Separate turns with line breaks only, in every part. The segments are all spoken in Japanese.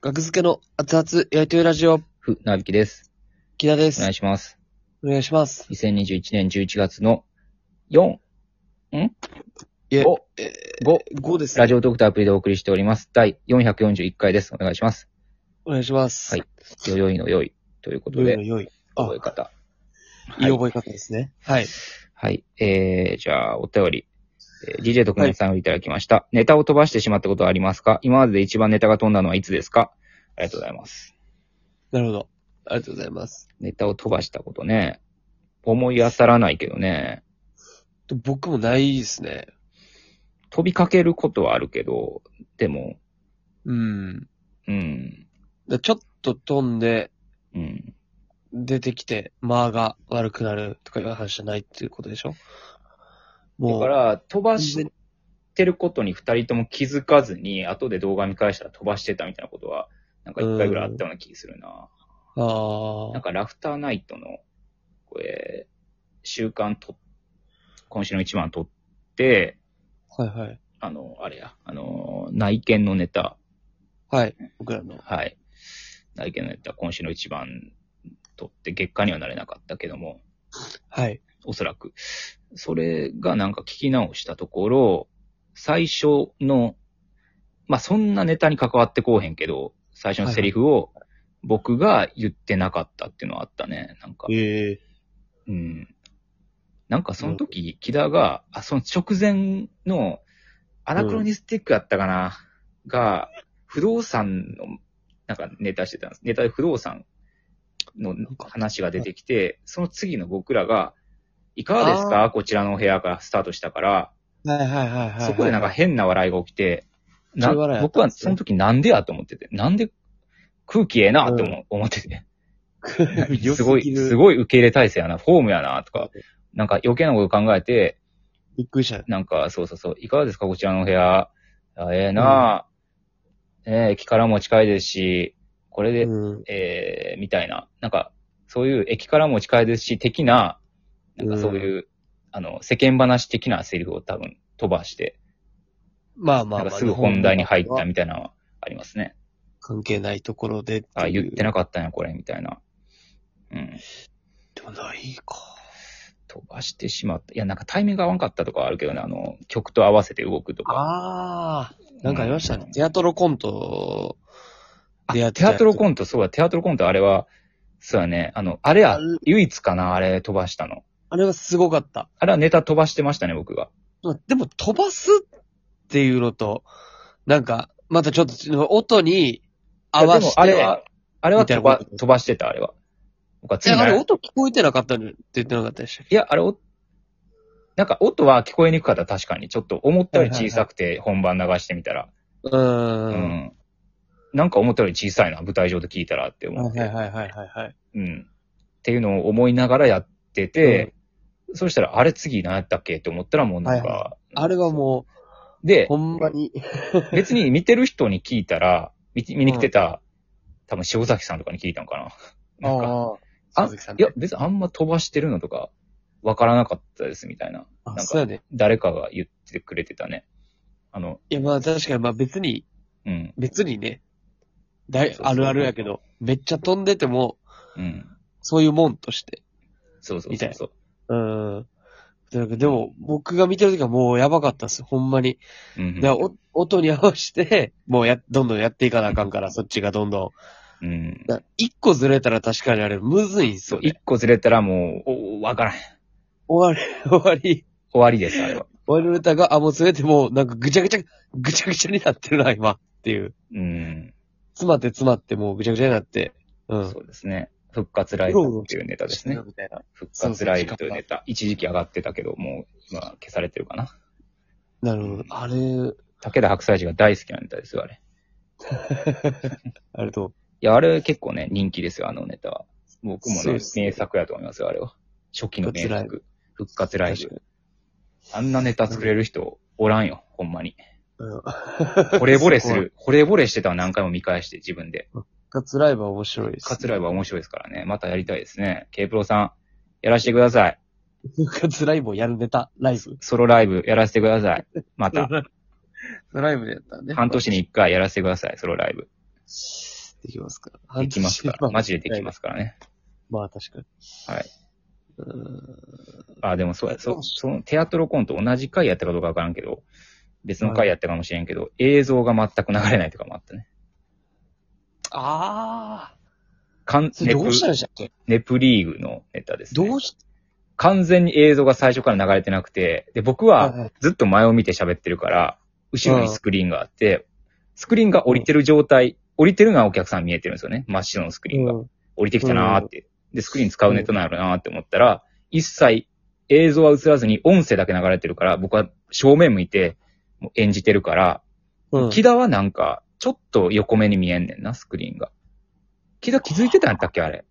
学付けの熱々焼いてるラジオ、
ふ、なびきです。
木田で
お
す
願い。します。
お願いします。
2021年11月の4、
いえ、
お
え
5、
5です、ね。
ラジオトークとアプリでお送りしております。第441回です。お願いします。
お願いします。
はいよよいのよい。ということ
よいよ
で、
いよい。あ、
覚え方。
いい
はい。
覚え方ですね。はい。
はい。えー、じゃあ、お便り。えー DJ 特命さんをいただきました。ネタを飛ばしてしまったことはありますか今までで一番ネタが飛んだのはいつですかありがとうございます。
なるほど。ありがとうございます。
ネタを飛ばしたことね。思い当たらないけどね。
と僕もないですね。
飛びかけることはあるけど、でも、
うん。
うん、
だちょっと飛んで、
うん。
出てきて、間が悪くなるとかいう話じゃないっていうことでしょ
だ
も
か
う、
ら、飛ばしてることに二人とも気づかずに、後で動画見返したら飛ばしてたみたいなことは、なんか一回ぐらいあったような気するな。
あ
なん
あ、
か、ラフターナイトの、これ、週間と、今週の一番撮って、
はいはい。
あの、あれや、あの、内見のネタ、
はい。僕らの。
はい。内見のネタ、今週の一番撮って、月間にはなれなかったけども、
はい。
おそらく。それがなんか聞き直したところ、最初の、まあ、そんなネタに関わってこうへんけど、最初のセリフを僕が言ってなかったっていうのはあったね。なんか、
ええ
うん。なんかその時、木田が、あ、その直前の、アナクロニスティックだったかな、が、不動産の、なんかネタしてたんです。ネタで不動産の話が出てきて、その次の僕らが、いかがですかこちらのお部屋からスタートしたから、
はいはいはいはい。
そこで なんか、変な笑いが起きて、な
そういう笑いあった
僕はその時なんでやと思ってて、なんで空気ええなと思思ってて。 すごい、す
い。
ごい受け入れ体制やな、フォームやな、とか、なんか余計なこと考えて、
びっくりした。
なんか、そうそうそう、いかがですか、こちらのお部屋。あええな、ええ駅からも近いですし、これで、
うん。
ええみたいな、なんか、そういう駅からも近いですし、的な、なんかそういう、あの、世間話的なセリフを多分飛ばして、
まあまあま
な
あ。
んかすぐ本題に入ったみたいなのはありますね。
関係ないところでっていう。
あ、言って
な
なかったんや、これ、みたいな。うん。
でもないか。
飛ばしてしまった。いや、なんかタイミング合わんかったとかはあるけどね、あの、曲と合わせて動くとか。
ああ、なんかありましたね。
うん
テアトロコント
あ
でやって
テ
たや
ア
つ
トロコント、そうだ、テアトロコント、あれは、そうだね、あの、あれや、唯一かな、あれ飛ばしたの。
あれはすごかった。
あれはネタ飛ばしてましたね、僕が。
でも飛ばすっていうのと、なんか、またちょっと音に合わせて。
いやでもあれは、あれは飛
みたいな
ば
こと
飛ばしてた、あれは。僕は
え、
次
あ
な
れ
い
音聞こえてなかったのって言ってなかったでしたっけ
や、あれお、なんか音は聞こえにくかった、確かに。ちょっと思ったより小さくて、本番流してみたら。
うー。
うんん。なんか思ったより小さいな、舞台上で聞いたらって思
は
っ
い
て。
はいはいはいはい。
うん。っていうのを思いながらやってて、そうしたら、あれ次何やったっけって思ったらもうなんか、
はいあれはもう、
で
ほ、んまに。
別に見てる人に聞いたら、見見に来てた、多分塩崎さんとかに聞いたのかな。なんか、
あー、
あ
鈴木さん
い
ね
や、別にあんま飛ばしてるのとか、わからなかったですみたいな。
あ
なんか
そうやね。
誰かが言ってくれてたね。あの、
いやまあ確かに、まあ別に、
うん、
別にね、だい
そうそう
あるあるやけど、めっちゃ飛んでても、
うん。
そういうもんとして。
そうそう
みた
そ
いうな
そう。
うん。だからでも、僕が見てる時はもうやばかったっす。ほんまに。
うん
だからお音に合わせて、もうや、どんどんやっていかなあかんから、そっちがどんど
うん
ん。。だから一個ずれたら確かにあれ、むずいんす
そう
よ、ね
一。個ずれたらもう、おわからへん。
終わり、 終わり、
終わりです、あれは。
終わりの歌が、あ、もうずれてもう、なんかぐちゃぐちゃ、ぐちゃぐちゃになってるな、今。っていう。
うん。
詰まって詰まって、もうぐちゃぐちゃになって。うん。
そうですね。復活ライブっていうネタですね。
みたいな。
復活ライブというネタ。一時期上がってたけど、もう今消されてるかな。
なるほど。あれ、
武田白菜寺が大好きなネタですよ、あれ。
あれと、
いや、あれ結構ね、人気ですよ、あのネタは。僕も
そう
ね
で、すね
名作やと思いますよ、あれは。初期の名
復活ライ
作。復活ライ
確
ブ。あんなネタ作れる人おらんよ、ほ んまに。
うん。
惚れ惚れ す
すご
る。惚れ惚れしてたの何回も見返して、自分で。
復活ライブは面白いです、
復活ライブは面白いですからね。またやりたいですね。K プロさん、やらせてください。
復活ライブをやるネタ、ライブ。
ソロライブやらせてください。また。
ライブでやったね。
半年に一回やらせてください、ソロライブ。
できますから。。
できますから。マジでできますすからね。
まあ確かに。
はい。
うーん
あ、でもそうや、そ、そのテアトロコンと同じ回やったかどうかわからんけど、別の回やったかもしれんけど、映像が全く流れないとかもあったね。
ああ。
完
そ
ネ
れど
プ
うしたんでしたっけ
ネプリーグのネタです、ね。
どうし
完全に映像が最初から流れてなくて、で、僕
た
はずっと前を見て喋ってるから、後ろにスクリーンがあって、スクリーンが降りてる状態、降りてるのはお客さん見えてるんですよね。真っ白のスクリーンが。
うん
降りてきたなーって。で、スクリーン使うネタなんやろなーって思ったら、一切映像は映らずに音声だけ流れてるから、僕は正面向いてもう演じてるから、
うん。
木田はなんか、ちょっと横目に見えんねんな、スクリーンが。木田気づいてたんやったっけあれ。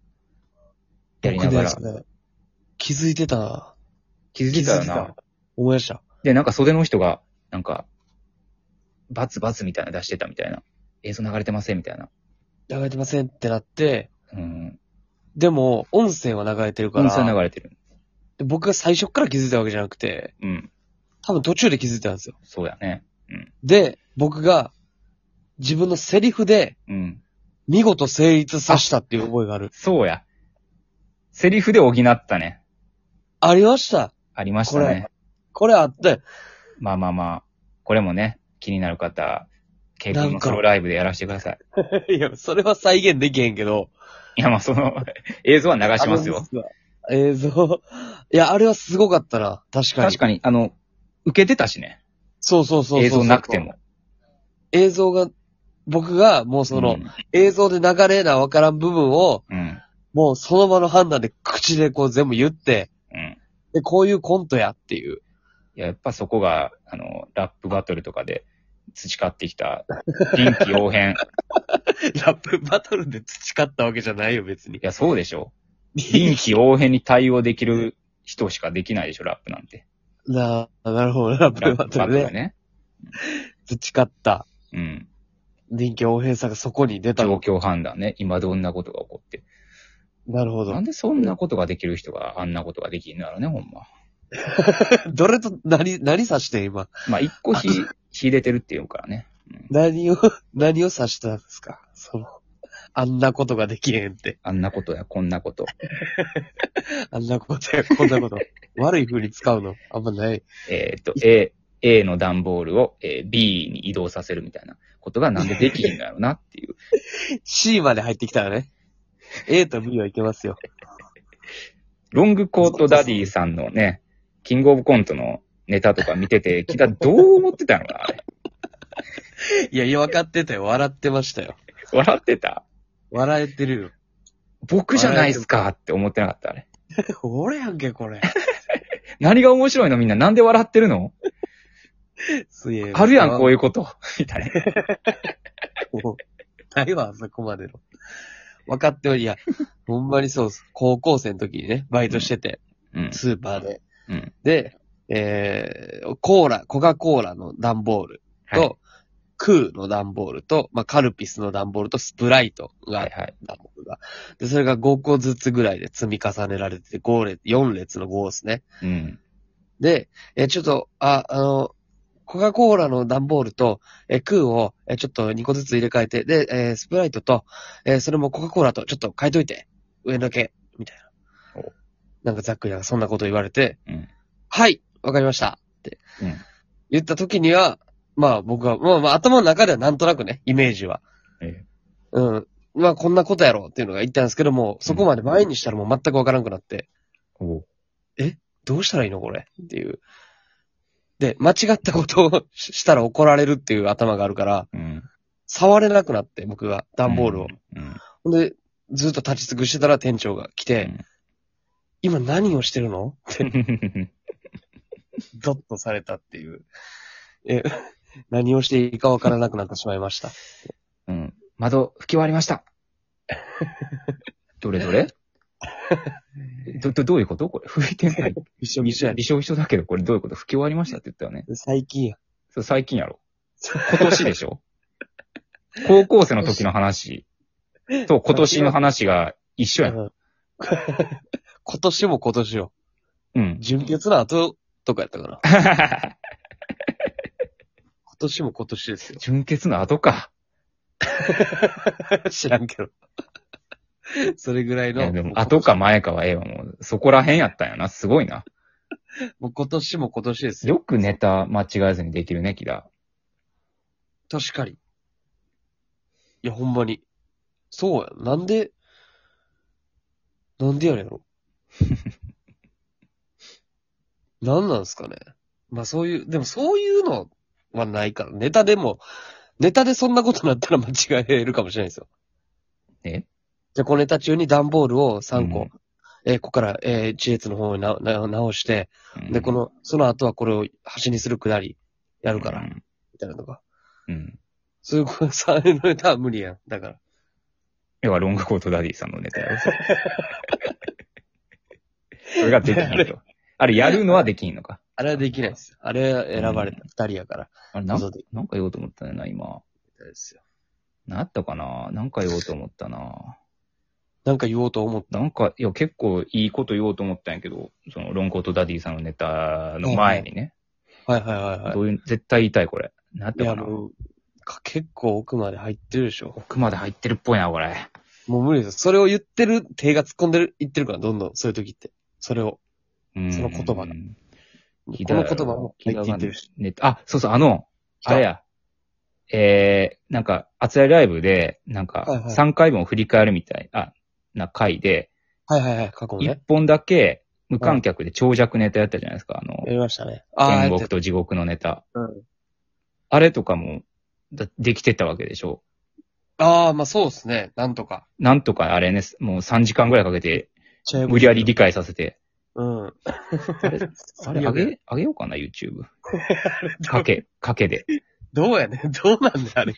やりながら。
僕ね気づいてたな。
気づいてたよ
気づいて
な。
思い出した。
で、なんか袖の人が、なんか、バツバツみたいなの出してたみたいな。映像流れてませんみたいな。
流れてませんってなって、
うん。
でも、音声は流れてるから、
音声流れてる。
で僕が最初から気づいたわけじゃなくて、
うん。
多分途中で気づいたんですよ。
そうやね。
で、僕が、自分のセリフで、
うん。
見事成立させたっていう覚えがある。
そうや。セリフで補ったね。
ありました。
ありましたね。
これあったよ。
まあまあまあ。これもね、気になる方、ケイ君
な
の
んか
ソロライブでやらせてくださ い。
いや、それは再現できへんけど。
いや、まあその、 映像は流します
あの
よ。。
映像。いや、あれはすごかったな。確かに。
確かに、あの、受けてたしね。
そうそうそうそう。
映像なくて。も。
映像が、僕がもうその、
うん
映像で流れなわからん部分を、
うん。
もうその場の判断で口でこう全部言って、
うん。
で、こういうコントやっていう。
いや、やっぱそこが、あの、ラップバトルとかで培ってきた、臨機 応変。い
ラップバトルで培ったわけじゃないよ、別に。
や、そうでしょ。臨機応変に対応できる人しかできないでしょ、ラップな んて。
なあ、なるほど。ラッ
ラ
プ
ッ
バ
プ
ト
バ
ル
トル
ね。
ね。
培った。
うん。
臨機応変さがそこに出た
状。況判断ね。今どんなことが起こって。
なるほ
な
ど
ん。でそんなことができる人があんなことができるんだろうね、ほんま。
どれと、何、何指して今。
まあ、一個ひ、秀でてるっていうからね。うん
何を、何を指したんですかその、あんなことができへんって。
あんなことやこんなこと。
あんなことや、こんな こと。悪い風に使うの。あんまない。
えーっと、A、A の段ボールを、えー B に移動させるみたいなことがなんでできひんだろうなっていう。
C まで入ってきたらね。A と B はいけますよ。
ロングコートダディさんのね、キングオブコントのネタとか見てて、キダどう思ってたのかなあれ。
いや、いや、分かってたよ。笑ってましたよ。
笑ってた
笑えてるよ。
僕じゃないっすかって思ってなかったあれ。
俺やんけ、これ。
何が面白いのみんななんで笑ってるの
すげえ。
あるやん、こう
い
いうこと。みたいな。
う。 ないわ、そこまでの。分かっており、いや、ほんまにそうっす。高校生の時にね、バイトしてて、
うん。
スーパーで。
うん。
で、えー、コーラ、コカ・コーラの段ボールと、
はい
クーの段ボールと、まあ、カルピスの段ボールとスプライトがあ
は
っ
いはい。
段ボールが。で、それが5個ずつぐらいで積み重ねられてて、5列、4列の5ですね。
うん。
で、えーちょっと、あ、あの、コカ・コーラの段ボールと、えークーを、えーちょっと2個ずつ入れ替えて、で、えースプライトと、えーそれもコカ・コーラとちょっと変えといて、上だけ、みたいな
お。
なんかざっくりなんかそんなこと言われて、
うん
はい、わかりました、って
うん。
言った時には、まあ僕は、まあまあ頭の中ではなんとなくね、イメージは。
え
うん。まあこんなことやろうっていうのが言ったんですけども、そこまで前にしたらもう全くわからなくなって、
お
どうしたらいいのこれっていう。で、間違ったことを ししたら怒られるっていう頭があるから、
うん。
触れなくなって、僕が、段ボールを。
うん。
ほんで、ずっと立ち尽くしてたら店長が来て、今何をしてるのって
う、ん。
ゾッとされたっていう。え、 何をしていいかわからなくなってしまいました。
うん。窓、拭き終わりました。どれどれど、ど、どういうことこれ拭いてない。
一緒一緒やね
び。しょびしょだけど、これどういうこと拭き終わりましたって言ったよね。
最近や。
それ最近やろ。今年でしょ高校生の時の話と今年の話が一緒やん。
うん 今年も今年よ。
うん。
純潔の後とかやったかな。 今年も今年ですよ。
純潔の後か。
知らんけど。それぐらい
いや
の。
でも、後か前かはええわ、もう。そこら辺やったんやな。すごいな。
もう今年も今年ですよ。
よくネタ間違えずにできるね、キダ。
確かに。いや、ほんまに。そうや。なんで、なんでやねんや ろ。なんなんすかね。まあそういう、でもそういうのはないから。ネタでも、ネタでそんなことなったら間違えるかもしれないですよ。
え
じゃあ、このネタ中に段ボールを3個、
うん
えーここから、えー、地列の方になな直して、で、こ
の、
の、その後はこれを端にするくだり、やるから、
う
み
ん
たいなのが。
うん。
そういうこと、さ、のネタは無理やん。だから。
要は、ロングコートダディさんの ネタやろ。それそれができひんと。あれ、やるのはできひんのか。
あれはできないですよ。あれは選ばれた二人やから。
あれ、なん
謎
か
で
なんか言おうと思ったんやな、今。
ですよ。
なんやったかななんか言おうと思ったな。
なんか言おうと思っ
なんか、いや、結構いいこと言おうと思ったんやけど、その、ロングコートダディさんのネタの前にね。
た。はいはいはい
ど
は
ういう、絶対言いたい、これ。なんやっ
い。い
た
や、
かな
もう、か結構奥まで入ってるでしょ。
奥まで入ってるっぽいな、これ。
もう無理ですよ。それを言ってる、手が突っ込んでる、言ってるから、どんどん、そういう時って。それを。
うん
その言葉がこ
ひだ
の言葉も入っていってるし。
ネタあ、そうそう、あの、あれや。えー、なんか、あつらいライブで、なんか
はいは、い
3回分を振り返るみたいな、な回で、
はいはいはい、過去も
1
ね。
本だけ無観客で長尺ネタやったじゃないですか。あの
や、りましたね。ああ、
天
やって
国と地獄のネタ。
た。うん
あれとかも、だできてたわけでしょ。
ああ、まあそうですね。なんとか。
なんとかあれね、もう3時間ぐらいかけて、無理やり理解させて。
うん。
あ れ、あれ、あげ、あげようかな、YouTube。かけ、かけで。
どうやねんどうなんだ、あれ。